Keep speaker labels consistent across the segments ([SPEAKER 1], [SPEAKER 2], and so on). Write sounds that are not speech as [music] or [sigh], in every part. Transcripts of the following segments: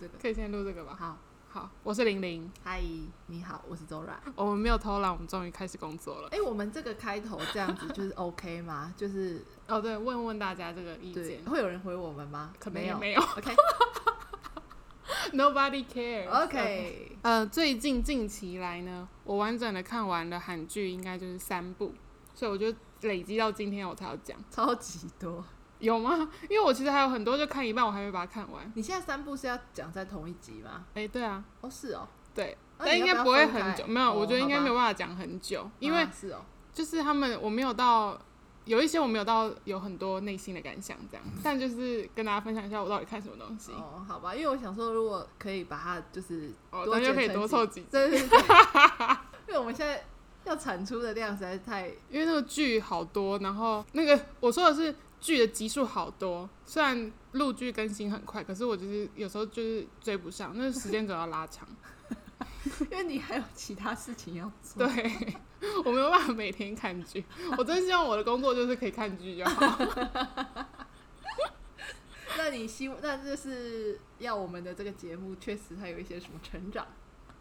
[SPEAKER 1] 这个。
[SPEAKER 2] 可以先录这个吧。
[SPEAKER 1] 好，
[SPEAKER 2] 好，我是玲玲，
[SPEAKER 1] 嗨，你好，我是周软。
[SPEAKER 2] 我们没有偷懒，我们终于开始工作了。
[SPEAKER 1] 哎、我们这个开头这样子就是 OK 吗？就是
[SPEAKER 2] 哦，对，问问大家这个意
[SPEAKER 1] 对，
[SPEAKER 2] 见，
[SPEAKER 1] 会有人回我们吗？
[SPEAKER 2] 可能
[SPEAKER 1] 没
[SPEAKER 2] 也
[SPEAKER 1] 有
[SPEAKER 2] 没有
[SPEAKER 1] OK
[SPEAKER 2] [laughs] Nobody cares。
[SPEAKER 1] OK，
[SPEAKER 2] 呃，最近近期来呢，我完整的看完了韩剧，应该就是三部，所以我就累积到今天我才要讲，
[SPEAKER 1] 超级多。
[SPEAKER 2] 有吗？因为我其实还有很多，就看一半，我还没把它看完。
[SPEAKER 1] 你现在三部是要讲在同一集吗？
[SPEAKER 2] 哎、对啊，
[SPEAKER 1] 哦，是哦。
[SPEAKER 2] 对，
[SPEAKER 1] 那
[SPEAKER 2] 但
[SPEAKER 1] 你
[SPEAKER 2] 应
[SPEAKER 1] 要
[SPEAKER 2] 该
[SPEAKER 1] 不要
[SPEAKER 2] 会
[SPEAKER 1] 分
[SPEAKER 2] 很
[SPEAKER 1] 开
[SPEAKER 2] 久，没有，我觉得应该没有
[SPEAKER 1] 哦
[SPEAKER 2] 办法讲很久，
[SPEAKER 1] 好吧
[SPEAKER 2] 因为
[SPEAKER 1] 啊是哦，
[SPEAKER 2] 就是他们我没有到有一些我没有到有很多内心的感想这样，但就是跟大家分享一下我到底看什么东西，
[SPEAKER 1] 哦，好吧，因为我想说，如果可以把它就是
[SPEAKER 2] 哦，
[SPEAKER 1] 多
[SPEAKER 2] 那就
[SPEAKER 1] 剪
[SPEAKER 2] 可以
[SPEAKER 1] 成
[SPEAKER 2] 多
[SPEAKER 1] 几
[SPEAKER 2] 凑几，
[SPEAKER 1] 对对对，因为我们现在要产出的量实在是太
[SPEAKER 2] 因为那个剧好多，然后那个我说的是剧的集数好多，虽然陆剧更新很快，可是我就是有时候就是追不上，那个时间轴要拉
[SPEAKER 1] [laughs]
[SPEAKER 2] 长，
[SPEAKER 1] 因为你还有其他事情要做。
[SPEAKER 2] 对。我没有办法每天看剧，我真希望我的工作就是可以看剧就
[SPEAKER 1] [laughs]
[SPEAKER 2] 好。
[SPEAKER 1] 那你希那就是要我们的这个节目确实它有一些什么成长？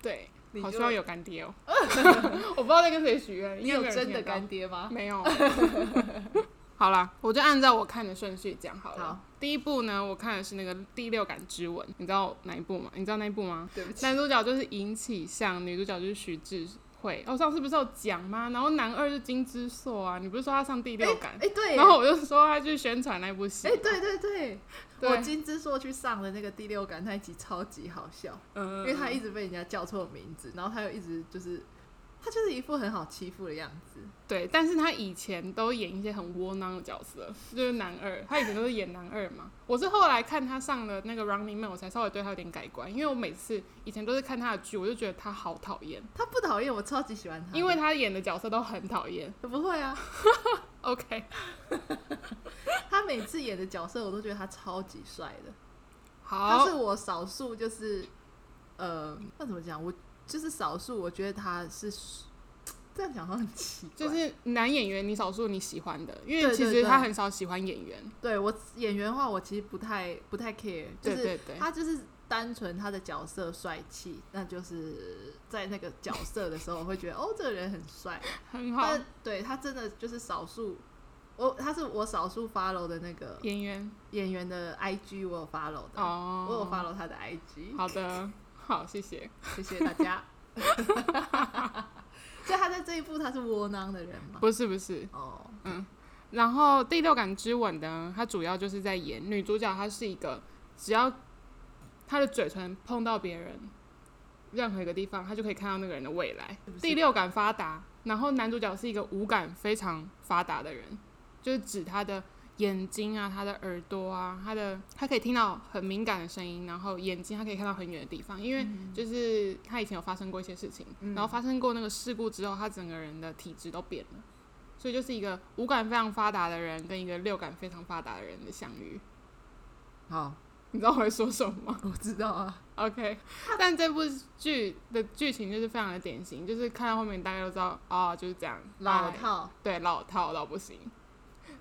[SPEAKER 2] 对，
[SPEAKER 1] 你
[SPEAKER 2] 好
[SPEAKER 1] 就
[SPEAKER 2] 希望有干爹
[SPEAKER 1] [laughs]
[SPEAKER 2] 哦、我不知道在跟谁许愿，
[SPEAKER 1] 你
[SPEAKER 2] 应该
[SPEAKER 1] 有
[SPEAKER 2] 没人
[SPEAKER 1] 真
[SPEAKER 2] 听
[SPEAKER 1] 的
[SPEAKER 2] 得到
[SPEAKER 1] 干爹吗？
[SPEAKER 2] 没有。 [laughs] 好啦，我就按照我看的顺序讲好了。
[SPEAKER 1] 好
[SPEAKER 2] 第一部呢，我看的是那个《第六感之吻》，你知道哪一部吗？你知道那一部吗？
[SPEAKER 1] 对不起，
[SPEAKER 2] 男主角就是尹启相，女主角就是徐智慧。哦，上次不是有讲吗？然后男二是金之硕啊，你不是说他上第六感？
[SPEAKER 1] 哎、对耶，
[SPEAKER 2] 然后我就说他去宣传那部戏。
[SPEAKER 1] 哎、对对对，
[SPEAKER 2] 对
[SPEAKER 1] 我金之硕去上的那个第六感那一集超级好笑，
[SPEAKER 2] 嗯，
[SPEAKER 1] 因为他一直被人家叫错名字，然后他又一直就是他就是一副很好欺负的样子。
[SPEAKER 2] 对，但是他以前都演一些很窝囊的角色，就是男二，他以前都是演男二嘛。我是后来看他上了那个《Running Man》，我才稍微对他有点改观，因为我每次以前都是看他的剧，我就觉得他好讨厌，
[SPEAKER 1] 他不讨厌我，超级喜欢他的，
[SPEAKER 2] 因为他演的角色都很讨厌。
[SPEAKER 1] 不会啊，
[SPEAKER 2] OK，
[SPEAKER 1] 他每次演的角色我都觉得他超级帅的。他
[SPEAKER 2] 好
[SPEAKER 1] 是，我少数就是，呃，那怎么讲？我就是少数，我觉得他是这样讲好像很奇怪。
[SPEAKER 2] 就是男演员，你少数你喜欢的，因为
[SPEAKER 1] 对
[SPEAKER 2] 其
[SPEAKER 1] 对
[SPEAKER 2] 实
[SPEAKER 1] 对
[SPEAKER 2] 他很少喜欢演员。
[SPEAKER 1] 对我演员的话，我其实不太不太 care，就
[SPEAKER 2] 对
[SPEAKER 1] 是
[SPEAKER 2] 对对，
[SPEAKER 1] 他就是单纯他的角色帅气，那就是在那个角色的时候，我会觉得哦，这个人很帅。
[SPEAKER 2] 很好
[SPEAKER 1] 但对他真的就是少数，我他是我少数 follow 的那个
[SPEAKER 2] 演员
[SPEAKER 1] 演员的 IG，我有 follow 的，
[SPEAKER 2] 哦。
[SPEAKER 1] 我有 follow 他的 IG。
[SPEAKER 2] 好的，好，谢谢。
[SPEAKER 1] 谢谢大家。 [laughs] 所以他在这一部他是窝囊的人嘛？
[SPEAKER 2] 不是不是，
[SPEAKER 1] 哦，
[SPEAKER 2] 然后《第六感之吻》呢，它主要就是在演女主角，她是一个只要她的嘴唇碰到别人任何一个地方，她就可以看到那个人的未来，第六感发达。然后男主角是一个五感非常发达的人，就是指他的眼睛啊、他的耳朵啊、他的他可以听到很敏感的声音，然后眼睛他可以看到很远的地方，因为就是他以前有发生过一些事情，然后发生过那个事故之后，他整个人的体质都变了。所以就是一个五感非常发达的人跟一个六感非常发达的人的相遇。
[SPEAKER 1] 好，
[SPEAKER 2] 你知道我会说什么吗
[SPEAKER 1] 我知道啊。
[SPEAKER 2] ？OK，但这部剧的剧情就是非常的典型，就是看到后面大家都知道啊、就是这样，
[SPEAKER 1] 老
[SPEAKER 2] 哎
[SPEAKER 1] 套，
[SPEAKER 2] 对老套到不行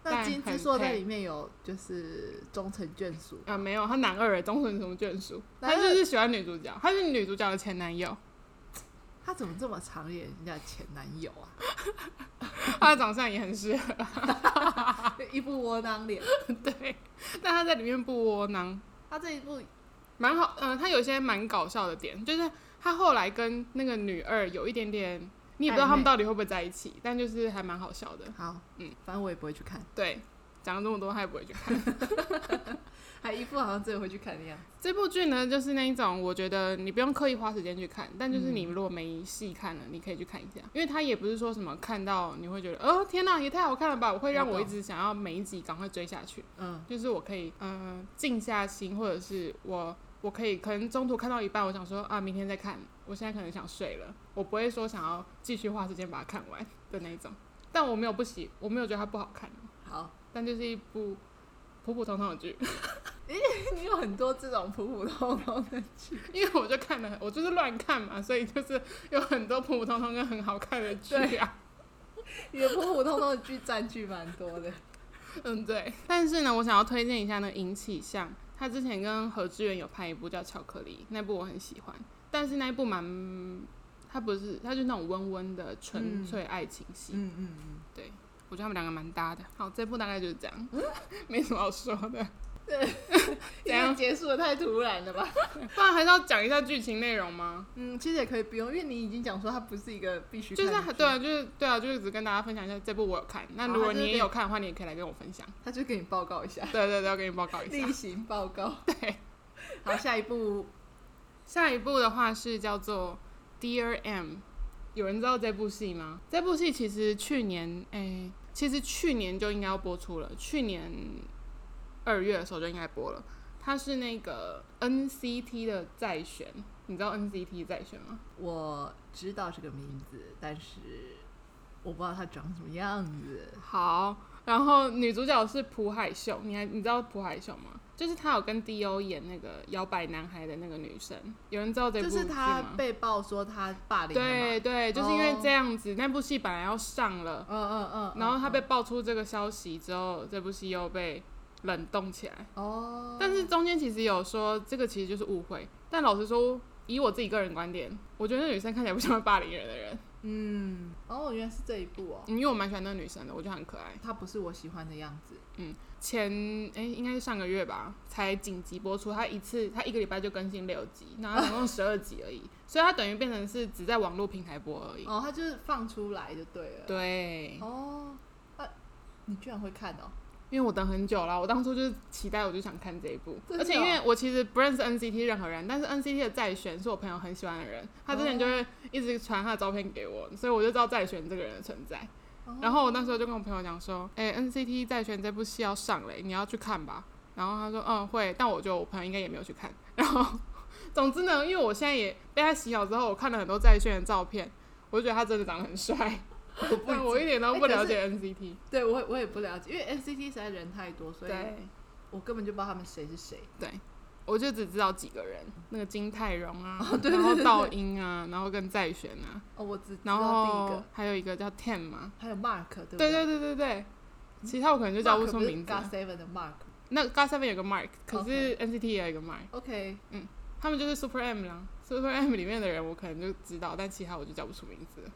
[SPEAKER 1] 那
[SPEAKER 2] 但
[SPEAKER 1] 金之
[SPEAKER 2] 很
[SPEAKER 1] 硕在
[SPEAKER 2] 配
[SPEAKER 1] 里面有就是终成眷属，
[SPEAKER 2] 啊、没有他男二的忠纯什么眷属，
[SPEAKER 1] 男
[SPEAKER 2] 他
[SPEAKER 1] 二
[SPEAKER 2] 就是喜欢女主角，他是女主角的前男友，
[SPEAKER 1] 他怎么这么常演人家的前男友啊？
[SPEAKER 2] 他的长相也很适合，
[SPEAKER 1] 啊 [laughs] 一副窝囊脸。
[SPEAKER 2] 对，但他在里面不窝囊，
[SPEAKER 1] 他这一部
[SPEAKER 2] 蛮好，嗯、他有些蛮搞笑的点，就是他后来跟那个女二有一点点，你也不知道他
[SPEAKER 1] 暧
[SPEAKER 2] 们
[SPEAKER 1] 昧
[SPEAKER 2] 到底会不会在一起，但就是还蛮好笑的。
[SPEAKER 1] 好，
[SPEAKER 2] 嗯
[SPEAKER 1] 嗯，反正我也不会去看，
[SPEAKER 2] 对，讲了这么多，他也不会去看
[SPEAKER 1] 还一副好像真的会去看的样子。
[SPEAKER 2] 这部剧呢。就是那一种，我觉得你不用刻意花时间去看，但就是你如果没细看了，你可以去看一下，因为他也不是说什么看到你会觉得，哦天哪，也太好看了吧，我会让
[SPEAKER 1] 我
[SPEAKER 2] 我一
[SPEAKER 1] 懂
[SPEAKER 2] 直想要每一集赶快追下去。
[SPEAKER 1] 嗯，
[SPEAKER 2] 就是我可以嗯静下心，或者是我我可以可能中途看到一半，我想说啊明天再看，我现在可能想睡了，我不会说想要继续花时间把它看完的那一种。但我没有不喜，我没有觉得它不好看，
[SPEAKER 1] 好，
[SPEAKER 2] 但就是一部普普通通的剧，
[SPEAKER 1] [laughs] 你有很多这种普普通通 [laughs] 的剧，
[SPEAKER 2] 因为我就看了，我就是乱看嘛，所以就是有很多普普通通跟很好看的剧啊。
[SPEAKER 1] 你的普普通通的剧占据蛮多的。
[SPEAKER 2] 嗯，对。但是呢，我想要推荐一下那个尹启相，他之前跟何志远有拍一部叫《巧克力》，那部我很喜欢，但是那一部蛮，他不是，他就是那种温温的纯粹爱情戏，
[SPEAKER 1] 嗯嗯嗯，
[SPEAKER 2] 对我觉得他们两个蛮搭的。好，这部大概就是这样，没什么好说的， [laughs] 怎
[SPEAKER 1] 因
[SPEAKER 2] 样
[SPEAKER 1] 为结束的太突然了吧？
[SPEAKER 2] 不然还是要讲一下剧情内容吗？
[SPEAKER 1] 嗯，其实也可以不用，因为你已经讲说它不是一个必须
[SPEAKER 2] 就是
[SPEAKER 1] 看的剧哦
[SPEAKER 2] 对，啊，就是对啊，就是只跟大家分享一下这部我有看。那如果
[SPEAKER 1] 好它就是
[SPEAKER 2] 你也
[SPEAKER 1] 给
[SPEAKER 2] 有看的话，你也可以来跟我分享。
[SPEAKER 1] 他就给你报告一下，
[SPEAKER 2] 对对对，要跟你报告一
[SPEAKER 1] [laughs]
[SPEAKER 2] 下。
[SPEAKER 1] 例行报告。
[SPEAKER 2] 对，
[SPEAKER 1] 好，下一步
[SPEAKER 2] 下一部的话是叫做《Dear M》，有人知道这部戏吗？这部戏其实去年，哎、其实去年就应该要播出了，去年二月的时候就应该播了。它是那个 NCT 的再选，你知道 NCT 再选吗？
[SPEAKER 1] 我知道这个名字，但是我不知道它长什么样子。
[SPEAKER 2] 好，然后女主角是朴海秀，你还你知道朴海秀吗？就是她有跟 D.O 演那个摇摆男孩的那个女生，有人知道这
[SPEAKER 1] 就
[SPEAKER 2] 部剧
[SPEAKER 1] 是他
[SPEAKER 2] 吗？
[SPEAKER 1] 被爆说他霸凌了嘛
[SPEAKER 2] 对对，就是因为
[SPEAKER 1] 哦
[SPEAKER 2] 这样子，那部戏本来要上了
[SPEAKER 1] 嗯，嗯嗯，
[SPEAKER 2] 然后他
[SPEAKER 1] 嗯
[SPEAKER 2] 被爆出这个消息之后，这部戏又被冷冻起来。
[SPEAKER 1] 哦，
[SPEAKER 2] 但是中间其实有说，这个其实就是误会。但老实说，以我自己个人观点，我觉得那女生看起来不像会霸凌人的人，
[SPEAKER 1] 嗯，哦，原来是这一部哦，
[SPEAKER 2] 因为我蛮喜欢那个女生的，我觉得很可爱。
[SPEAKER 1] 它不是我喜欢的样子。
[SPEAKER 2] 前哎、应该是上个月吧，才紧急播出。它一次，它一个礼拜就更新六集，然后总共十二集而已，所以它等于变成是只在网络平台播而已。
[SPEAKER 1] 哦，它就是放出来就对了。，
[SPEAKER 2] 对，
[SPEAKER 1] 哦，啊，你居然会看哦，
[SPEAKER 2] 因为我等很久了，我当初就是期待，我就想看这一部，
[SPEAKER 1] 真的哦
[SPEAKER 2] 而且因为我其实不认识 NCT 任何人，但是 NCT 的在选是我朋友很喜欢的人，他之前就会一直传他的照片给我，所以我就知道在选这个人的存在。
[SPEAKER 1] 哦
[SPEAKER 2] 然后我那时候就跟我朋友讲说，哎、n c t 在选这部戏要上嘞，你要去看吧。然后他说，嗯，会，但我觉得我朋友应该也没有去看。然后，总之呢，因为我现在也被他洗脑之后，我看了很多在选的照片，我就觉得他真的长得很帅，
[SPEAKER 1] 我不
[SPEAKER 2] 但我一点都不
[SPEAKER 1] 哎可是 [laughs]
[SPEAKER 2] 了解 NCT、
[SPEAKER 1] 对我也我也不了解，因为 NCT 实在人太多，所以
[SPEAKER 2] 对。
[SPEAKER 1] 我根本就不知道他们谁是谁。
[SPEAKER 2] 我就只知道几个人，那个金泰荣啊，然后道英啊，然后跟在璇啊，
[SPEAKER 1] 哦，我只知
[SPEAKER 2] 然
[SPEAKER 1] 道第一
[SPEAKER 2] 后
[SPEAKER 1] 个，
[SPEAKER 2] 还有一个叫 Ten 嘛，
[SPEAKER 1] 还有 Mark，对不
[SPEAKER 2] 对
[SPEAKER 1] 对
[SPEAKER 2] 对对对对，其他我可能就叫不出名字啊
[SPEAKER 1] g o
[SPEAKER 2] 了。
[SPEAKER 1] Seven 的 Mark，OK，、
[SPEAKER 2] 那 g o s e v e n 有个 Mark，可是 NCT 也有一个 Mark，
[SPEAKER 1] OK，
[SPEAKER 2] 他们就是 Super M 啦。Super M 里面的人我可能就知道，但其他我就叫不出名字了，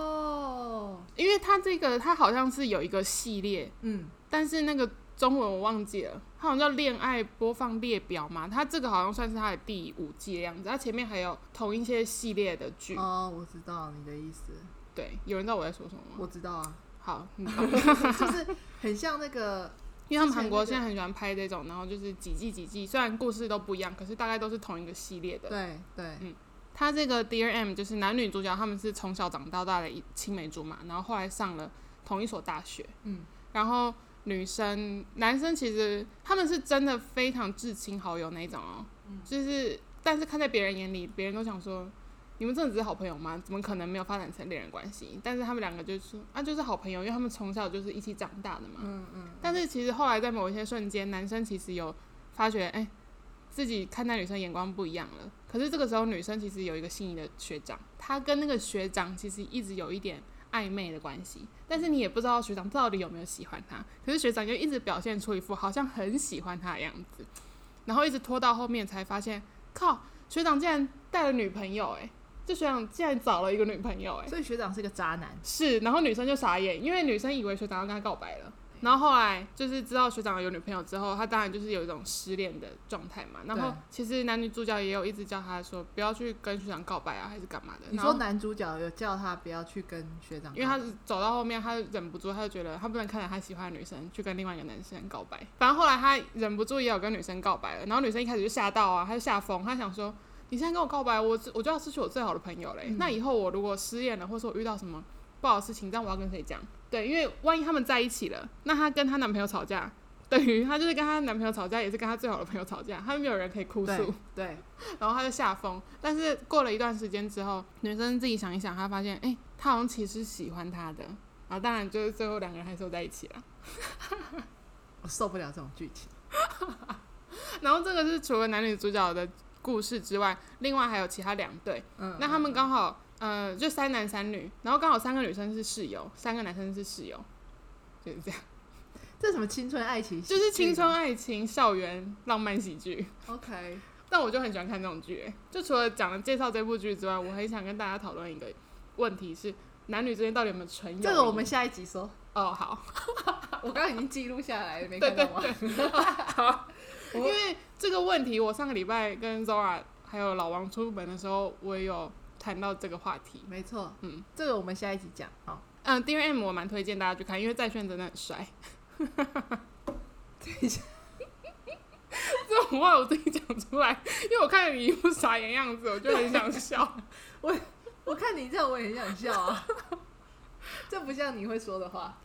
[SPEAKER 1] 哦，
[SPEAKER 2] 因为他这个他好像是有一个系列，
[SPEAKER 1] 嗯，
[SPEAKER 2] 但是那个中文我忘记了，它好像叫《恋爱播放列表》嘛，它这个好像算是它的第五季的样子，它前面还有同一些系列的剧。
[SPEAKER 1] 哦，我知道你的意思，
[SPEAKER 2] 对，有人知道我在说什么吗？
[SPEAKER 1] 我知道
[SPEAKER 2] [laughs]
[SPEAKER 1] 啊，
[SPEAKER 2] 好，你
[SPEAKER 1] [laughs]
[SPEAKER 2] 懂
[SPEAKER 1] 就是很像那个，
[SPEAKER 2] 因为他们
[SPEAKER 1] 之前
[SPEAKER 2] 韩国
[SPEAKER 1] 那个
[SPEAKER 2] 现在很喜欢拍这种，然后就是几季几季，虽然故事都不一样，可是大概都是同一个系列的。
[SPEAKER 1] 对对，
[SPEAKER 2] 他这个 Dear M 就是男女主角，他们是从小长到大的一青梅竹马，然后后来上了同一所大学，
[SPEAKER 1] 嗯，
[SPEAKER 2] 然后女生男生其实他们是真的非常至亲好友那一种哦，
[SPEAKER 1] 嗯
[SPEAKER 2] 就是但是看在别人眼里，别人都想说。你们真的只是好朋友吗？怎么可能没有发展成恋人关系？但是他们两个就是啊，就是好朋友，因为他们从小就是一起长大的嘛。
[SPEAKER 1] 嗯嗯，
[SPEAKER 2] 但是其实后来在某一些瞬间，男生其实有发觉，哎、自己看待女生眼光不一样了。可是这个时候，女生其实有一个心仪的学长，他跟那个学长其实一直有一点暧昧的关系，但是你也不知道学长到底有没有喜欢他。可是学长就一直表现出一副好像很喜欢他的样子，然后一直拖到后面才发现，靠，学长竟然带了女朋友、哎，这学长竟然找了一个女朋友、哎。
[SPEAKER 1] 嗯所以学长是个渣男，
[SPEAKER 2] 是，然后女生就傻眼，因为女生以为学长要跟她告白了。然后后来就是知道学长有女朋友之后，他当然就是有一种失恋的状态嘛。然后
[SPEAKER 1] 对
[SPEAKER 2] 其实男女主角也有一直叫他说不要去跟学长告白啊，还是干嘛的。
[SPEAKER 1] 你
[SPEAKER 2] 然后
[SPEAKER 1] 说男主角有叫他不要去跟学长告白，
[SPEAKER 2] 因为他是走到后面，他忍不住，他就觉得他不能看着他喜欢的女生去跟另外一个男生告白。反正后来他忍不住也有跟女生告白了，然后女生一开始就吓到啊，他就吓疯，他想说你现在跟我告白，我我就要失去我最好的朋友嘞。
[SPEAKER 1] 嗯
[SPEAKER 2] 那以后我如果失恋了，或者我遇到什么不好的事情，这样我要跟谁讲？对，因为万一他们在一起了，那她跟她男朋友吵架，等于她就是跟她男朋友吵架，也是跟她最好的朋友吵架，她没有人可以哭诉。
[SPEAKER 1] 对对，
[SPEAKER 2] 然后他就吓疯。但是过了一段时间之后，女生自己想一想，她发现，哎、他好像其实喜欢他的。然后当然就是最后两个人还是有在一起了。
[SPEAKER 1] 我受不了这种剧情。
[SPEAKER 2] 然后这个是除了男女主角的故事之外，另外还有其他两对，
[SPEAKER 1] 嗯，
[SPEAKER 2] 那他们刚好，呃，就三男三女，然后刚好三个女生是室友，三个男生是室友，就是这样。
[SPEAKER 1] 这什么青春爱情？
[SPEAKER 2] 就是青春。啊爱情、校园浪漫喜剧。
[SPEAKER 1] OK，
[SPEAKER 2] 但我就很喜欢看这种剧欸，就除了讲了介绍这部剧之外，我很想跟大家讨论一个问题是：男女之间到底有没有纯友谊？
[SPEAKER 1] 这个我们下一集说。 [laughs]
[SPEAKER 2] 哦好，
[SPEAKER 1] 我刚刚已经记录下来了，没
[SPEAKER 2] 对
[SPEAKER 1] 看
[SPEAKER 2] 对
[SPEAKER 1] 到吗？
[SPEAKER 2] 因为这个问题，我上个礼拜跟 Zora 还有老王出门的时候，我也有谈到这个话题。
[SPEAKER 1] 没错，
[SPEAKER 2] 嗯，
[SPEAKER 1] 这个我们下一集讲。好，
[SPEAKER 2] 嗯，D M 我蛮推荐大家去看，因为在炫真的很帅。
[SPEAKER 1] 等一下，
[SPEAKER 2] [laughs] 这种话我自己讲出来，因为我看你一副傻眼样子，我就很想笑。
[SPEAKER 1] [laughs] 我看你这样，我也很想笑啊。 [laughs] 这不像你会说的话。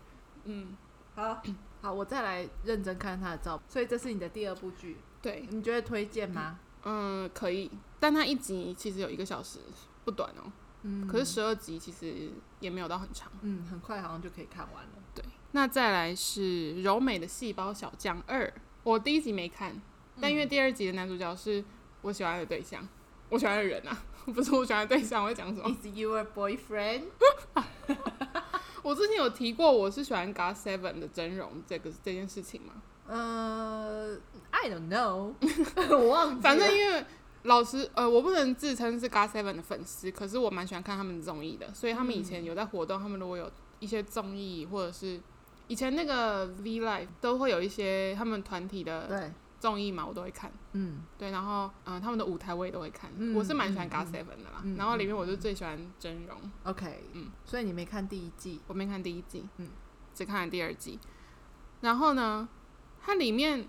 [SPEAKER 2] 嗯，
[SPEAKER 1] 好， [clears throat] 好，我再来认真看他的照片。所以这是你的第二部剧，
[SPEAKER 2] 对，
[SPEAKER 1] 你觉得推荐吗？
[SPEAKER 2] 嗯，可以，但它一集其实有一个小时，不短哦。
[SPEAKER 1] 嗯
[SPEAKER 2] 可是十二集其实也没有到很长。
[SPEAKER 1] 嗯，很快好像就可以看完了。
[SPEAKER 2] 对，那再来是《柔美的细胞小将二》，我第一集没看，但
[SPEAKER 1] 嗯
[SPEAKER 2] 因为第二集的男主角是我喜欢的对象，我喜欢的人啊， [laughs] 不是我喜欢的对象，我会讲什么？[laughs]
[SPEAKER 1] 嗯 Is your boyfriend？
[SPEAKER 2] 我之前有提过我是喜欢 God Seven 的真容这个这件事情吗？
[SPEAKER 1] 呃，I don't know，
[SPEAKER 2] [laughs]
[SPEAKER 1] 我忘记了。
[SPEAKER 2] 反正因为老师，呃，我不能自称是 God Seven 的粉丝，可是我蛮喜欢看他们的综艺的，所以他们以前有在活动，他们如果有一些综艺或者是以前那个 V Live 都会有一些他们团体的
[SPEAKER 1] 对，
[SPEAKER 2] 综艺嘛，我都会看。
[SPEAKER 1] 嗯
[SPEAKER 2] 对，然后嗯、呃他们的舞台我也都会看，
[SPEAKER 1] 嗯
[SPEAKER 2] 我是蛮喜欢
[SPEAKER 1] 嗯
[SPEAKER 2] God Seven 的啦。
[SPEAKER 1] 嗯
[SPEAKER 2] 然后里面我就最喜欢真容，
[SPEAKER 1] ，OK，
[SPEAKER 2] 嗯
[SPEAKER 1] 所以你没看第一季，
[SPEAKER 2] 我没看第一季，
[SPEAKER 1] 嗯
[SPEAKER 2] 只看了第二季。然后呢，它里面，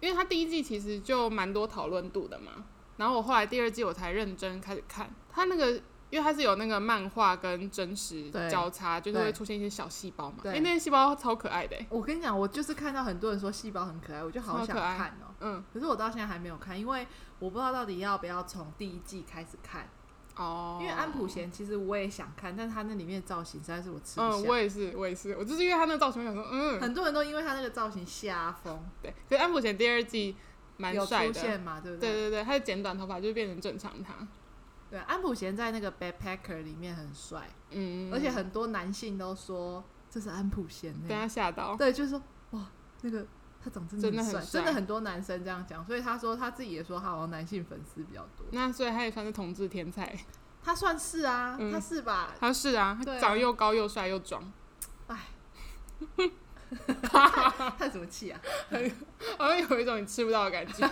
[SPEAKER 2] 因为它第一季其实就蛮多讨论度的嘛，然后我后来第二季我才认真开始看，它那个。因为它是有那个漫画跟真实
[SPEAKER 1] 对
[SPEAKER 2] 交叉，就是
[SPEAKER 1] 对
[SPEAKER 2] 会出现一些小细胞嘛。
[SPEAKER 1] 对
[SPEAKER 2] 哎、那些细胞超可爱的、欸，
[SPEAKER 1] 我跟你讲，我就是看到很多人说细胞很可爱，我就好
[SPEAKER 2] 超
[SPEAKER 1] 想
[SPEAKER 2] 可爱
[SPEAKER 1] 看哦、
[SPEAKER 2] 嗯，
[SPEAKER 1] 可是我到现在还没有看，因为我不知道到底要不要从第一季开始看。
[SPEAKER 2] 哦，
[SPEAKER 1] 因为安普贤其实我也想看，但他那里面的造型实在是我啊吃不
[SPEAKER 2] 嗯，
[SPEAKER 1] 下。
[SPEAKER 2] 我也是，我也是，我就是因为他那个造型，我想说，嗯，
[SPEAKER 1] 很多人都因为他那个造型吓疯，
[SPEAKER 2] 对，可是安普贤第二季蛮
[SPEAKER 1] 有
[SPEAKER 2] 帅
[SPEAKER 1] 出
[SPEAKER 2] 的，
[SPEAKER 1] 现嘛，对不
[SPEAKER 2] 对
[SPEAKER 1] 对
[SPEAKER 2] 对对，他就剪短头发就变成正常他，
[SPEAKER 1] 对安普贤在那个 Backpacker 里面很帅，
[SPEAKER 2] 嗯，
[SPEAKER 1] 而且很多男性都说这是安普贤
[SPEAKER 2] 被
[SPEAKER 1] 呢。
[SPEAKER 2] 他吓到，
[SPEAKER 1] 对，就是说哇，那个他长真
[SPEAKER 2] 真的
[SPEAKER 1] 的
[SPEAKER 2] 很
[SPEAKER 1] 帅，
[SPEAKER 2] 帅
[SPEAKER 1] 真的很多男生这样讲，所以他说他自己也说他好像男性粉丝比较多。
[SPEAKER 2] 那所以他也算是同志天才，
[SPEAKER 1] 他算是啊，
[SPEAKER 2] 嗯
[SPEAKER 1] 他
[SPEAKER 2] [laughs]
[SPEAKER 1] 是吧？
[SPEAKER 2] 他是啊，
[SPEAKER 1] 对
[SPEAKER 2] 他
[SPEAKER 1] 啊
[SPEAKER 2] 长得又高又帅又壮，
[SPEAKER 1] 叹什么气啊？
[SPEAKER 2] 好像有一种你吃不到的感
[SPEAKER 1] [laughs]
[SPEAKER 2] 觉。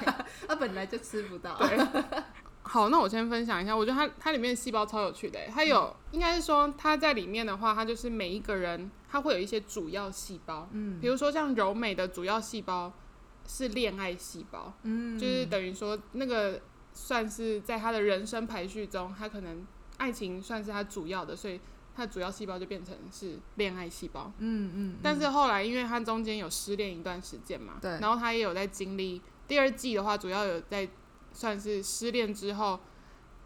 [SPEAKER 1] 他本来就吃不到。
[SPEAKER 2] 好，那我先分享一下，我觉得它它里面的细胞超有趣的欸，它
[SPEAKER 1] 嗯
[SPEAKER 2] 有、应该是说它在里面的话，它就是每一个人它会有一些主要细胞，
[SPEAKER 1] 嗯
[SPEAKER 2] 比如说像柔美的主要细胞是恋爱细胞，
[SPEAKER 1] 嗯，
[SPEAKER 2] 就是等于说那个算是在他的人生排序中，他可能爱情算是他主要的，所以他的主要细胞就变成是恋爱细胞。
[SPEAKER 1] 嗯嗯，
[SPEAKER 2] 但是后来，因为他中间有失恋一段时间嘛，
[SPEAKER 1] 对
[SPEAKER 2] 然后他也有在经历第二季的话，主要有在算是失恋之后，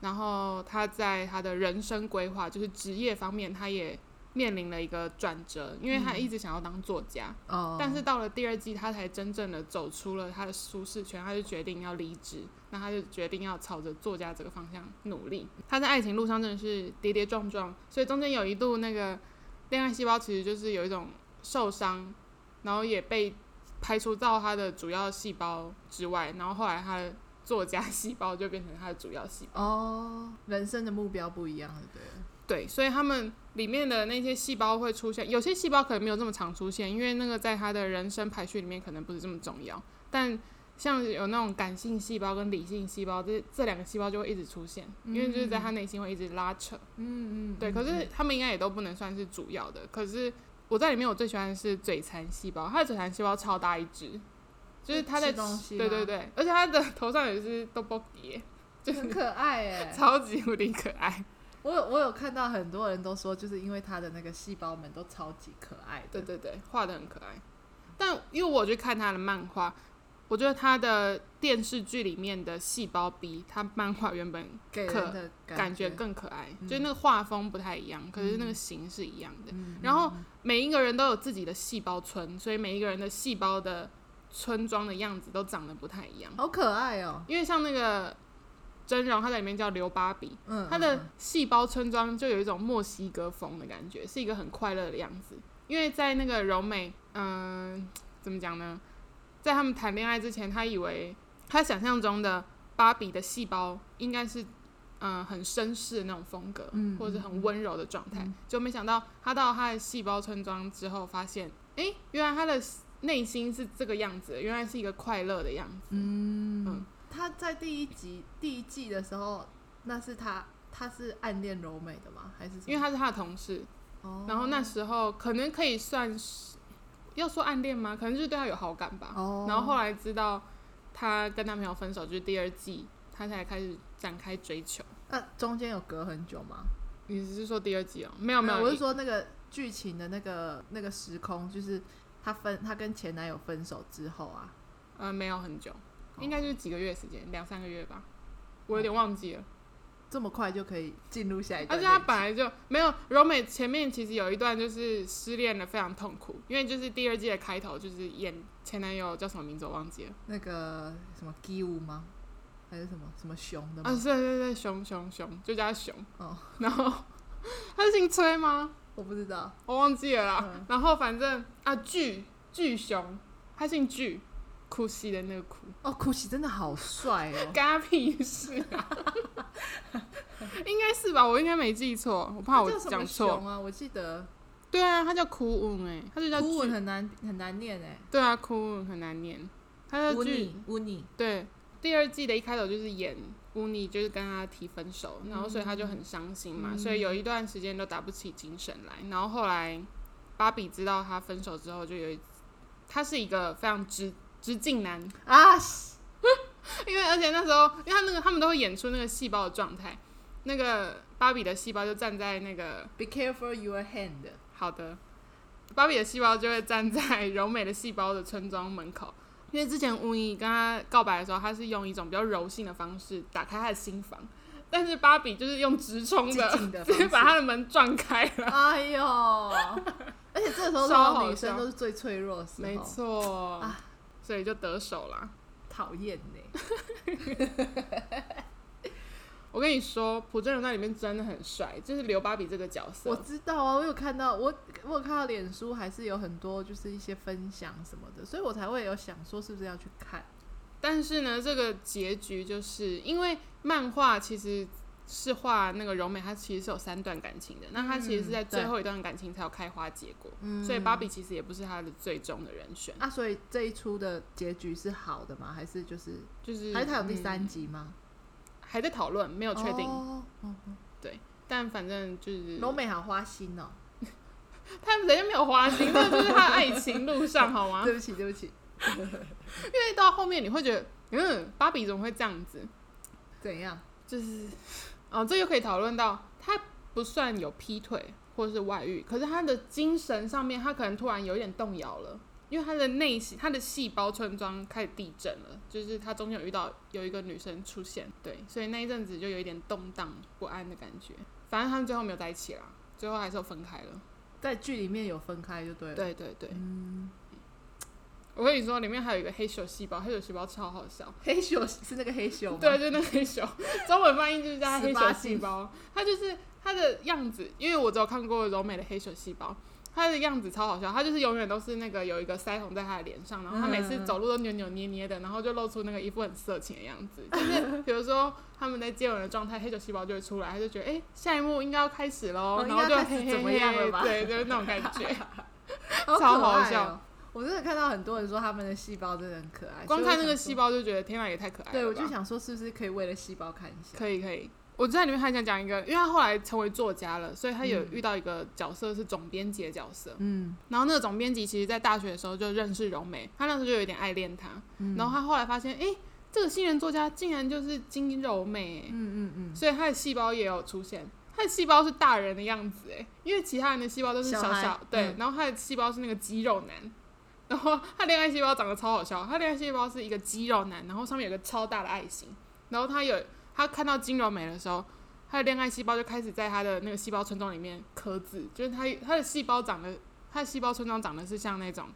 [SPEAKER 2] 然后他在他的人生规划，就是职业方面，他也面临了一个转折，因为
[SPEAKER 1] 嗯
[SPEAKER 2] 他一直想要当作家，
[SPEAKER 1] 哦，
[SPEAKER 2] 但是到了第二季，他才真正的走出了他的舒适圈，他就决定要离职，那他就决定要朝着作家这个方向努力。他在爱情路上真的是跌跌撞撞，所以中间有一度那个恋爱细胞其实就是有一种受伤，然后也被排除到他的主要细胞之外，然后后来他的作家 [laughs] 细胞就变成他的主要细胞。
[SPEAKER 1] 哦，人生的目标不一样，对了
[SPEAKER 2] 对，所以他们里面的那些细胞会出现，有些细胞可能没有这么常出现，因为那个在他的人生排序里面可能不是这么重要。但像有那种感性细胞跟理性细胞，这这两个细胞就会一直出现，因为就是在他内心会一直拉扯。
[SPEAKER 1] 嗯嗯，
[SPEAKER 2] 对，
[SPEAKER 1] 嗯
[SPEAKER 2] 可是他们应该也都不能算是主要的。可是我在里面我最喜欢的是嘴馋细胞，它的嘴馋细胞超大一只，就是它在
[SPEAKER 1] 吃东西
[SPEAKER 2] 对
[SPEAKER 1] 吗
[SPEAKER 2] 对对，而且它的头上有一只豆包碟，
[SPEAKER 1] 很可爱哎，
[SPEAKER 2] [laughs] 超级无敌可爱。
[SPEAKER 1] 我有我有看到很多人都说，就是因为他的那个细胞们都超级可爱
[SPEAKER 2] 对
[SPEAKER 1] 的，
[SPEAKER 2] 对对，画的很可爱。但因为我去看他的漫画，我觉得他的电视剧里面的细胞比他漫画原本
[SPEAKER 1] 给人的
[SPEAKER 2] 感觉
[SPEAKER 1] 觉
[SPEAKER 2] 更可爱，
[SPEAKER 1] 嗯
[SPEAKER 2] 就是那个画风不太一样，可是那个形是一样的。
[SPEAKER 1] 嗯
[SPEAKER 2] 然后每一个人都有自己的细胞村，所以每一个人的细胞的村庄的样子都长得不太一样。
[SPEAKER 1] 好可爱哦，
[SPEAKER 2] 因为像那个真容，它在里面叫刘芭比，
[SPEAKER 1] 嗯，
[SPEAKER 2] 它的
[SPEAKER 1] 嗯
[SPEAKER 2] 细胞村庄就有一种墨西哥风的感觉，是一个很快乐的样子。因为在那个柔美，嗯、怎么讲呢？在他们谈恋爱之前，他以为他想象中的芭比的细胞应该是嗯、呃很绅士的那种风格，
[SPEAKER 1] 嗯
[SPEAKER 2] 或者是很温柔的状态，
[SPEAKER 1] 嗯
[SPEAKER 2] 就没想到他到他的细胞村庄之后，发现诶，原来他的内心是这个样子的，原来是一个快乐的样子。嗯
[SPEAKER 1] 嗯，他在第一集第一季的时候，那是他他是暗恋柔美的吗？还是什么
[SPEAKER 2] 因为他是他的同事，
[SPEAKER 1] 哦，
[SPEAKER 2] 然后那时候可能可以算是要说暗恋吗？可能就是对他有好感吧。
[SPEAKER 1] 哦，
[SPEAKER 2] 啊然后后来知道她跟男朋友分手，就是第二季，她才开始展开追求。
[SPEAKER 1] 那中间有隔很久吗？
[SPEAKER 2] 你只是说第二季哦？没有没有，
[SPEAKER 1] 呃我是说那个剧情的那个那个时空，就是她分她跟前男友分手之后啊，
[SPEAKER 2] 呃没有很久，
[SPEAKER 1] 哦
[SPEAKER 2] 应该就是几个月的时间，两三个月吧。我有点忘记了，
[SPEAKER 1] 这么快就可以进入下一
[SPEAKER 2] 而
[SPEAKER 1] 段
[SPEAKER 2] 且
[SPEAKER 1] 恋情，
[SPEAKER 2] 她本来就没有柔美前面其实有一段就是失恋的非常痛苦，因为就是第二季的开头就是演前男友叫什么名字我忘记了，
[SPEAKER 1] 那个什么 g i 吗？还是什么什么熊的
[SPEAKER 2] 啊
[SPEAKER 1] 吗？
[SPEAKER 2] 对对对熊熊熊就叫他熊，
[SPEAKER 1] 嗯哦，
[SPEAKER 2] [laughs] 然后他是姓崔吗？
[SPEAKER 1] 我不知道。
[SPEAKER 2] 我忘记了啦。
[SPEAKER 1] 嗯
[SPEAKER 2] 然后反正啊，巨巨熊，他姓巨，哭戏的那个哭，
[SPEAKER 1] 哦，酷奇真的好帅哦！
[SPEAKER 2] [laughs] 干他屁事啊！应该是吧，我应该没记错，我怕我
[SPEAKER 1] 他叫什
[SPEAKER 2] 讲
[SPEAKER 1] 么
[SPEAKER 2] 错。
[SPEAKER 1] 熊啊？我记得
[SPEAKER 2] 对啊，他叫哭文哎、他就叫
[SPEAKER 1] 酷文
[SPEAKER 2] 巨。
[SPEAKER 1] 很难很难念哎、
[SPEAKER 2] 对啊，哭文很难念，他叫巨。
[SPEAKER 1] 乌尼，
[SPEAKER 2] 对，第二季的一开头就是演乌尼，就是跟他提分手，然后所以他就很伤心嘛，所以有一段时间都打不起精神来。然后后来芭比知道他分手之后，就有一，他是一个非常直直进男，
[SPEAKER 1] 啊，
[SPEAKER 2] 因为而且那时候，因为他那个他们都会演出那个细胞的状态，那个芭比的细胞就站在那个
[SPEAKER 1] Be careful your hand。
[SPEAKER 2] 好的，芭比的细胞就会站在柔美的细胞的村庄门口， [laughs] 因为之前乌尼跟他告白的时候，他是用一种比较柔性的方式打开他的心房，但是芭比就是用直冲的，
[SPEAKER 1] 激进的
[SPEAKER 2] 直接
[SPEAKER 1] 方
[SPEAKER 2] 把
[SPEAKER 1] 式
[SPEAKER 2] 他的门撞开了。
[SPEAKER 1] 哎呦！而且这时
[SPEAKER 2] 超
[SPEAKER 1] 候通
[SPEAKER 2] 好
[SPEAKER 1] 常女生
[SPEAKER 2] 笑
[SPEAKER 1] 都是最脆弱的
[SPEAKER 2] [laughs]
[SPEAKER 1] 时候，
[SPEAKER 2] 没错，哦
[SPEAKER 1] 啊
[SPEAKER 2] 所以就得手啦。
[SPEAKER 1] 讨厌呢。
[SPEAKER 2] 欸我跟你说，朴正荣在里面真的很帅，就是刘芭比这个角
[SPEAKER 1] [laughs] 我
[SPEAKER 2] 色。
[SPEAKER 1] 知道啊，我有看到，我我有看到脸书还是有很多就是一些分享什么的，所以我才会有想说是不是要去看。
[SPEAKER 2] 但是呢，这个结局就是因为漫画其实是画那个柔美，她其实是有三段感情的，那她其实是在
[SPEAKER 1] 嗯对
[SPEAKER 2] 最后一段感情才有开花结果，
[SPEAKER 1] 嗯
[SPEAKER 2] 所以芭比其实也不是她的最终的人选，
[SPEAKER 1] 啊，所以这一出的结局是好的吗？还是就是
[SPEAKER 2] 就是
[SPEAKER 1] 还是它有第三
[SPEAKER 2] 嗯
[SPEAKER 1] 集吗？
[SPEAKER 2] 还在讨论，没有确定，
[SPEAKER 1] 哦，哦
[SPEAKER 2] 但反正就是
[SPEAKER 1] 柔美好花心哦。
[SPEAKER 2] 他人家没有花心，这就是他爱情路上好 [laughs] 吗？
[SPEAKER 1] 对不起，对不起，
[SPEAKER 2] 因为到后面你会觉得，嗯，芭比怎么会这样子？
[SPEAKER 1] 怎样？
[SPEAKER 2] 就是，哦，这又可以讨论到，他不算有劈腿或是外遇，可是他的精神上面，他可能突然有一点动摇了，因为他的内心，他的细胞村庄开始地震了，就是他中间有遇到有一个女生出现，对，所以那一阵子就有一点动荡不安的感觉。反正他们最后没有在一起啦，最后还是有分开了。
[SPEAKER 1] 在剧里面有分开就对了。，
[SPEAKER 2] 对对对，
[SPEAKER 1] 嗯，
[SPEAKER 2] 我跟你说，里面还有一个黑手细胞，黑手细胞超好笑。
[SPEAKER 1] 黑熊 [laughs] 是那个黑熊吗？
[SPEAKER 2] 对，就是那个黑熊，中文翻译就是叫它黑
[SPEAKER 1] 18
[SPEAKER 2] 熊细
[SPEAKER 1] 禁
[SPEAKER 2] 胞。它就是它的样子，因为我只有看过柔美的黑熊细胞，它的样子超好笑。它就是永远都是那个有一个腮红在它的脸上，然后它每次
[SPEAKER 1] 嗯
[SPEAKER 2] 走路都扭扭捏捏的，然后就露出那个一副很色情的样子。就是 [laughs] 比如说他们在接吻的状态，黑熊细胞就会出来，它就觉得哎、诶下一幕应该要开始喽，
[SPEAKER 1] 哦
[SPEAKER 2] 然
[SPEAKER 1] 应
[SPEAKER 2] 后
[SPEAKER 1] 该
[SPEAKER 2] 就
[SPEAKER 1] 要开始
[SPEAKER 2] 嘿嘿
[SPEAKER 1] 怎么样
[SPEAKER 2] 嘿
[SPEAKER 1] 了吧
[SPEAKER 2] 对，就是那种感觉。
[SPEAKER 1] [laughs] 好
[SPEAKER 2] 超
[SPEAKER 1] 可
[SPEAKER 2] 好
[SPEAKER 1] 爱
[SPEAKER 2] 笑
[SPEAKER 1] 哦。我真的看到很多人说他们的细胞真的很可爱，
[SPEAKER 2] 光看那个
[SPEAKER 1] 细。
[SPEAKER 2] 细胞就觉得天哪，也太可爱了吧。
[SPEAKER 1] 对，我就想说，是不是可以为了细胞看一下？
[SPEAKER 2] 可以可以，我在里面还想讲一个，因为他后来成为作家了，所以他有
[SPEAKER 1] 嗯
[SPEAKER 2] 遇到一个角色是总编辑的角色。
[SPEAKER 1] 嗯，
[SPEAKER 2] 然后那个总编辑其实在大学的时候就认识柔美，他那时候就有点爱恋她。
[SPEAKER 1] 嗯
[SPEAKER 2] 然后他后来发现，诶，这个新人作家竟然就是金柔美、诶
[SPEAKER 1] 嗯嗯
[SPEAKER 2] 所以他的细胞也有出现。他的细胞是大人的样子诶，因为其他人的细胞都是小
[SPEAKER 1] 小
[SPEAKER 2] 小
[SPEAKER 1] 孩
[SPEAKER 2] 对，
[SPEAKER 1] 嗯
[SPEAKER 2] 然后他的细胞是那个肌肉男，然后他恋爱细胞长得超好笑，他恋爱细胞是一个肌肉男，然后上面有个超大的爱心，然后他有他看到金柔美的时候，他的恋爱细胞就开始在他的那个细胞村庄里面刻字，就是他他的细胞长得他的细胞村庄长得是像那种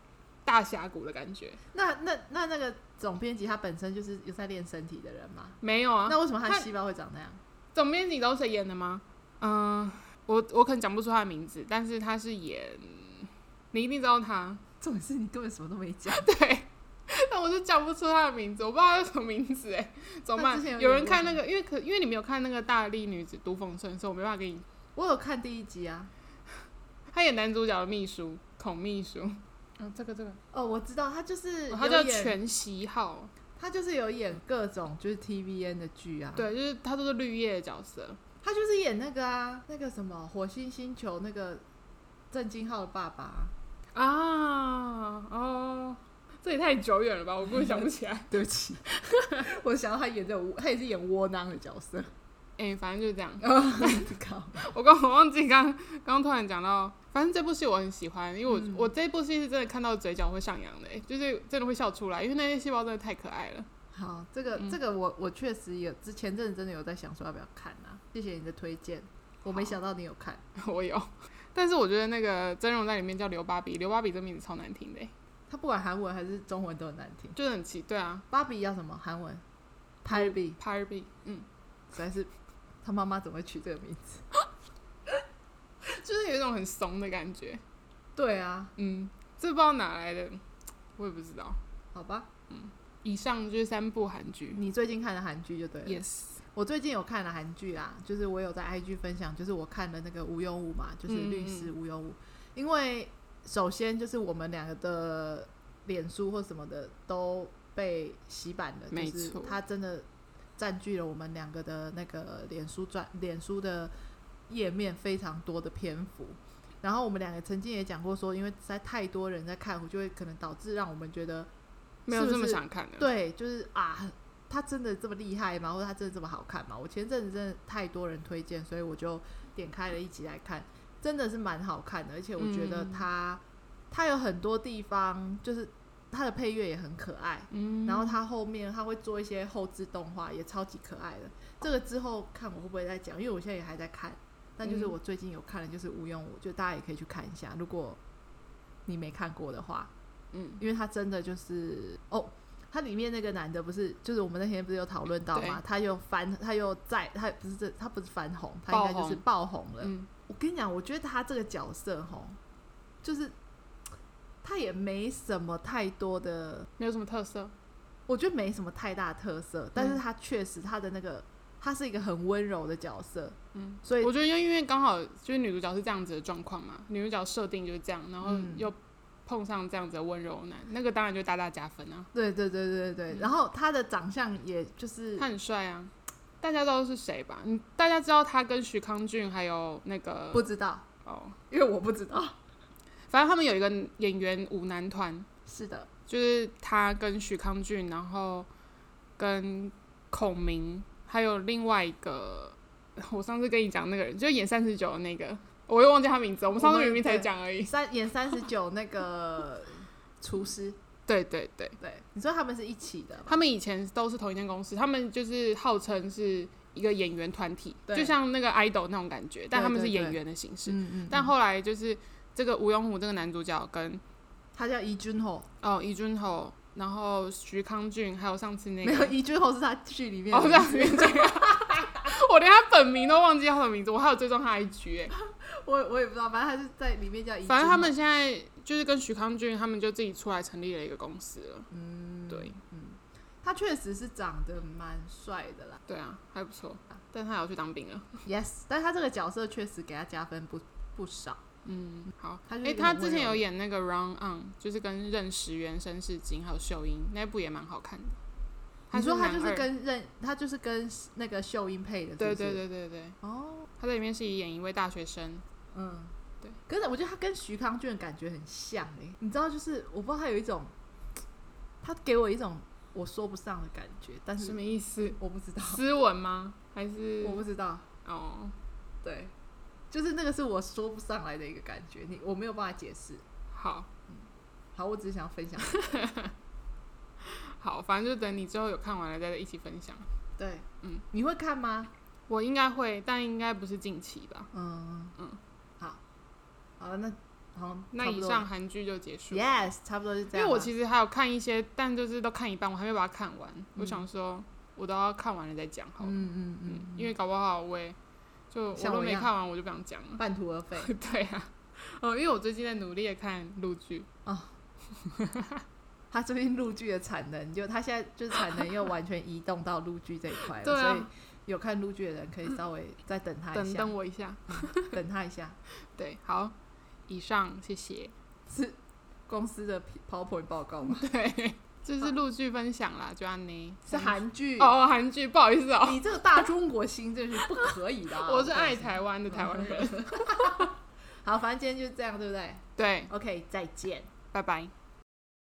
[SPEAKER 2] 大峡谷的感觉，
[SPEAKER 1] 嗯。那那那那个总编辑他本身就是有在练身体的人嘛？
[SPEAKER 2] 没有啊，
[SPEAKER 1] 那为什么他
[SPEAKER 2] 他
[SPEAKER 1] 的细胞会长那样？ [laughs]
[SPEAKER 2] 总编辑都是谁演的吗？呃嗯、我我可能讲不出他的名字，但是他是演，你一定知道他， [laughs]
[SPEAKER 1] 重点是你根本什么都没讲。
[SPEAKER 2] 对，但我就叫不出他的名字，我不知道他叫什么名字哎，怎么
[SPEAKER 1] 那之前有
[SPEAKER 2] 办？
[SPEAKER 1] 你
[SPEAKER 2] 有人看那个，因为可因为你没有看那个《大力女子都奉顺》，所以我没办法给你。
[SPEAKER 1] [laughs] 我有看第一集啊，
[SPEAKER 2] 他演男主角的秘书孔秘书，嗯、这个这个，
[SPEAKER 1] 哦，我知道他就是
[SPEAKER 2] 哦他
[SPEAKER 1] 有
[SPEAKER 2] 叫
[SPEAKER 1] 演
[SPEAKER 2] 全喜好，
[SPEAKER 1] 他就是有演各种就是 TVN 的剧啊，，
[SPEAKER 2] 对，就是他都是绿叶的角色，
[SPEAKER 1] 他就是演那个啊，那个什么火星星球那个郑敬浩的爸爸啊，
[SPEAKER 2] 啊哦，这也太久远了吧，我根本想不起来。
[SPEAKER 1] [laughs] 对不起，我想到他演这种，他也是演窝囊的角色，
[SPEAKER 2] [laughs]
[SPEAKER 1] [laughs]
[SPEAKER 2] 哎、反正就是这样。
[SPEAKER 1] 靠，
[SPEAKER 2] [laughs] 我刚我忘记刚刚突然讲到，反正这部戏我很喜欢，因为我、
[SPEAKER 1] 嗯
[SPEAKER 2] 我这部戏是真的看到嘴角会上扬的、欸，就是真的会笑出来，因为那些细胞真的太可爱了。 [laughs]
[SPEAKER 1] 好，这个、这个我我确实有之前阵子真的有在想说要不要看啊，谢谢你的推荐，我没
[SPEAKER 2] 好
[SPEAKER 1] 想到你有看，
[SPEAKER 2] 我有，但是我觉得那个真容在里面叫刘芭比，刘芭比这名字超难听的、欸，
[SPEAKER 1] 他不管韩文还是中文都很难听，
[SPEAKER 2] 就是很奇对啊
[SPEAKER 1] 芭比要什么韩文，拍比，
[SPEAKER 2] p a r b y 嗯，
[SPEAKER 1] 实在是他妈妈怎么会取这个名字？
[SPEAKER 2] 就是有一种很怂的感觉，
[SPEAKER 1] 对啊，
[SPEAKER 2] 嗯，这不知道哪来的，我也不知道。
[SPEAKER 1] 好吧，
[SPEAKER 2] 以上就是三部韩剧
[SPEAKER 1] 你最近看的韩剧就对了。
[SPEAKER 2] ，yes，
[SPEAKER 1] 我最近有看了韩剧啦，就是我有在 IG 分享，就是我看的那个吴永武嘛，就是
[SPEAKER 2] 嗯嗯
[SPEAKER 1] 律师吴永武。因为首先就是我们两个的脸书或什么的都被洗版了，
[SPEAKER 2] 没
[SPEAKER 1] 就是
[SPEAKER 2] 错
[SPEAKER 1] 他真的占据了我们两个的那个脸书专脸书的页面非常多的篇幅。然后我们两个曾经也讲过说，因为实在太多人在看，我就会可能导致让我们觉得
[SPEAKER 2] 没有
[SPEAKER 1] 是不
[SPEAKER 2] 这么
[SPEAKER 1] 是
[SPEAKER 2] 想看的，
[SPEAKER 1] 对，就是啊，他真的这么厉害吗？或者他真的这么好看吗？我前阵子真的太多人推荐，所以我就点开了一起来看，真的是蛮好看的，而且我觉得
[SPEAKER 2] 嗯
[SPEAKER 1] 他、他有很多地方，就是他的配乐也很可爱，
[SPEAKER 2] 嗯，
[SPEAKER 1] 然后他后面他会做一些后置动画，也超级可爱的。这个之后看我会不会再讲，因为我现在也还在看。但就是
[SPEAKER 2] 嗯
[SPEAKER 1] 我最近有看的，就是《无用武》，就大家也可以去看一下。如果你没看过的话，
[SPEAKER 2] 嗯，
[SPEAKER 1] 因为他真的就是哦，他里面那个男的不是，就是我们那天不是有讨论到
[SPEAKER 2] 对
[SPEAKER 1] 吗？他又翻，他又在，他不是这，他不是翻红，他应该就是爆红了。
[SPEAKER 2] 嗯
[SPEAKER 1] 我跟你讲，我觉得他这个角色吼，就是他也没什么太多的，
[SPEAKER 2] 没有什么特色，
[SPEAKER 1] 我觉得没什么太大的特色，但是他确实他的那个，他是一个很温柔的角色，
[SPEAKER 2] 嗯，
[SPEAKER 1] 所以
[SPEAKER 2] 我觉得，因为因为刚好就是女主角是这样子的状况嘛，女主角设定就是这样，然后
[SPEAKER 1] 嗯
[SPEAKER 2] 又碰上这样子的温柔男，那个当然就大大加分啊。
[SPEAKER 1] 对对对对对，然后他的长相也就是
[SPEAKER 2] 他很帅啊，大家知道是谁吧？嗯，大家知道他跟徐康俊还有那个
[SPEAKER 1] 不知道，
[SPEAKER 2] 哦，
[SPEAKER 1] 因为我不知道，
[SPEAKER 2] 反正他们有一个演员舞男团，
[SPEAKER 1] 是的，
[SPEAKER 2] 就是他跟徐康俊，然后跟孔明，还有另外一个，我上次跟你讲那个人，就演三十九的那个，我又忘记他名字了，我们上
[SPEAKER 1] 我
[SPEAKER 2] 次
[SPEAKER 1] 们
[SPEAKER 2] 明明才
[SPEAKER 1] 对
[SPEAKER 2] 讲而已。
[SPEAKER 1] [laughs] 三演三十九那个厨师，
[SPEAKER 2] 对对对。
[SPEAKER 1] 对，你说他们是一起的吗？
[SPEAKER 2] 他们以前都是同一间公司，他们就是号称是一个演员团体，
[SPEAKER 1] 对
[SPEAKER 2] 就像那个 idol 那种感觉，但他们是
[SPEAKER 1] 对
[SPEAKER 2] 演员的形式。
[SPEAKER 1] 嗯嗯
[SPEAKER 2] 但后来就是这个吴永虎这个男主角跟
[SPEAKER 1] 他叫伊君吼，
[SPEAKER 2] 哦李俊吼，然后徐康俊，还有上次那
[SPEAKER 1] 没有
[SPEAKER 2] 个
[SPEAKER 1] 伊君吼是他剧里
[SPEAKER 2] [laughs]
[SPEAKER 1] 面
[SPEAKER 2] 哦
[SPEAKER 1] 的
[SPEAKER 2] 这样子我连他本名都忘记他的名字，我还有追踪他 IG 哎、
[SPEAKER 1] 我我也不知道，反正他是在里面叫伊君。
[SPEAKER 2] 反正他们现在就是跟徐康俊他们就自己出来成立了一个公司了。
[SPEAKER 1] 嗯
[SPEAKER 2] 对
[SPEAKER 1] 他确实是长得蛮帅的啦
[SPEAKER 2] 对啊，还不错，但他也要去当兵了。
[SPEAKER 1] ，yes，但他这个角色确实给他加分不不少。
[SPEAKER 2] 嗯，好。
[SPEAKER 1] 他
[SPEAKER 2] 哎、
[SPEAKER 1] 就是一个
[SPEAKER 2] 他
[SPEAKER 1] 很
[SPEAKER 2] 之
[SPEAKER 1] 温
[SPEAKER 2] 前
[SPEAKER 1] 柔
[SPEAKER 2] 有
[SPEAKER 1] 的
[SPEAKER 2] 演那个《Round On》，就是跟任时元、申世京还有秀英那部也蛮好看的。
[SPEAKER 1] 你说他就
[SPEAKER 2] 男
[SPEAKER 1] 是
[SPEAKER 2] 二
[SPEAKER 1] 跟任，他就是跟那个秀英配的，是不
[SPEAKER 2] 对
[SPEAKER 1] 是
[SPEAKER 2] 对，对对对，
[SPEAKER 1] 哦，
[SPEAKER 2] 他在里面是演一位大学生，
[SPEAKER 1] 嗯，
[SPEAKER 2] 对。
[SPEAKER 1] 可是我觉得他跟徐康俊的感觉很像诶、你知道，就是我不知道他有一种，他给我一种我说不上的感觉，但
[SPEAKER 2] 什
[SPEAKER 1] 是
[SPEAKER 2] 么意思？
[SPEAKER 1] 我不知道，
[SPEAKER 2] 斯文吗？还是
[SPEAKER 1] 我不知道，
[SPEAKER 2] 哦？
[SPEAKER 1] 对，就是那个是我说不上来的一个感觉，你我没有办法解释。
[SPEAKER 2] 好
[SPEAKER 1] 好，我只是想分享。
[SPEAKER 2] 好，反正就等你之后有看完了再一起分享。
[SPEAKER 1] [laughs] 对，
[SPEAKER 2] 嗯，
[SPEAKER 1] 你会看吗？
[SPEAKER 2] 我应该会，但应该不是近期吧？
[SPEAKER 1] 嗯
[SPEAKER 2] 嗯，
[SPEAKER 1] 好，好了，那好，
[SPEAKER 2] 那
[SPEAKER 1] 差不
[SPEAKER 2] 以
[SPEAKER 1] 多
[SPEAKER 2] 上韩剧就结束。
[SPEAKER 1] ，yes，差不多是
[SPEAKER 2] 因
[SPEAKER 1] 这样吧。
[SPEAKER 2] 为我其实还有看一些，但就是都看一半，我还没把它看完。我想说，我都要看完了再讲好了。
[SPEAKER 1] 嗯嗯嗯
[SPEAKER 2] 嗯，因为搞不好我也就我
[SPEAKER 1] 像
[SPEAKER 2] 都
[SPEAKER 1] 我一
[SPEAKER 2] 没
[SPEAKER 1] 样
[SPEAKER 2] 看完，我就不想讲了。 [laughs] 哦
[SPEAKER 1] 半途而废。
[SPEAKER 2] 对啊，嗯，因为我最近在努力的看陆剧，
[SPEAKER 1] 哦，他最近陆剧的产能就他现在就是产能又完全移动到陆剧这一块了，
[SPEAKER 2] 对啊
[SPEAKER 1] 所以有看陆剧的人可以稍微再等他一
[SPEAKER 2] 等
[SPEAKER 1] 下，
[SPEAKER 2] 等我一下。
[SPEAKER 1] 等他一下。
[SPEAKER 2] 对，好，以上谢谢。 [laughs]
[SPEAKER 1] 是公司的 PowerPoint 报告吗？
[SPEAKER 2] 对，这是陆剧分享啦，就安妮
[SPEAKER 1] 是韩剧。
[SPEAKER 2] 哦，韩剧，不好意思哦，
[SPEAKER 1] 你这个大中国心真是不可以的、啊。
[SPEAKER 2] [laughs] 我是爱台湾的台湾
[SPEAKER 1] [laughs]
[SPEAKER 2] 人。
[SPEAKER 1] 好，反正今天就这样，对不对
[SPEAKER 2] 对，
[SPEAKER 1] ？OK，再见。
[SPEAKER 2] 拜拜。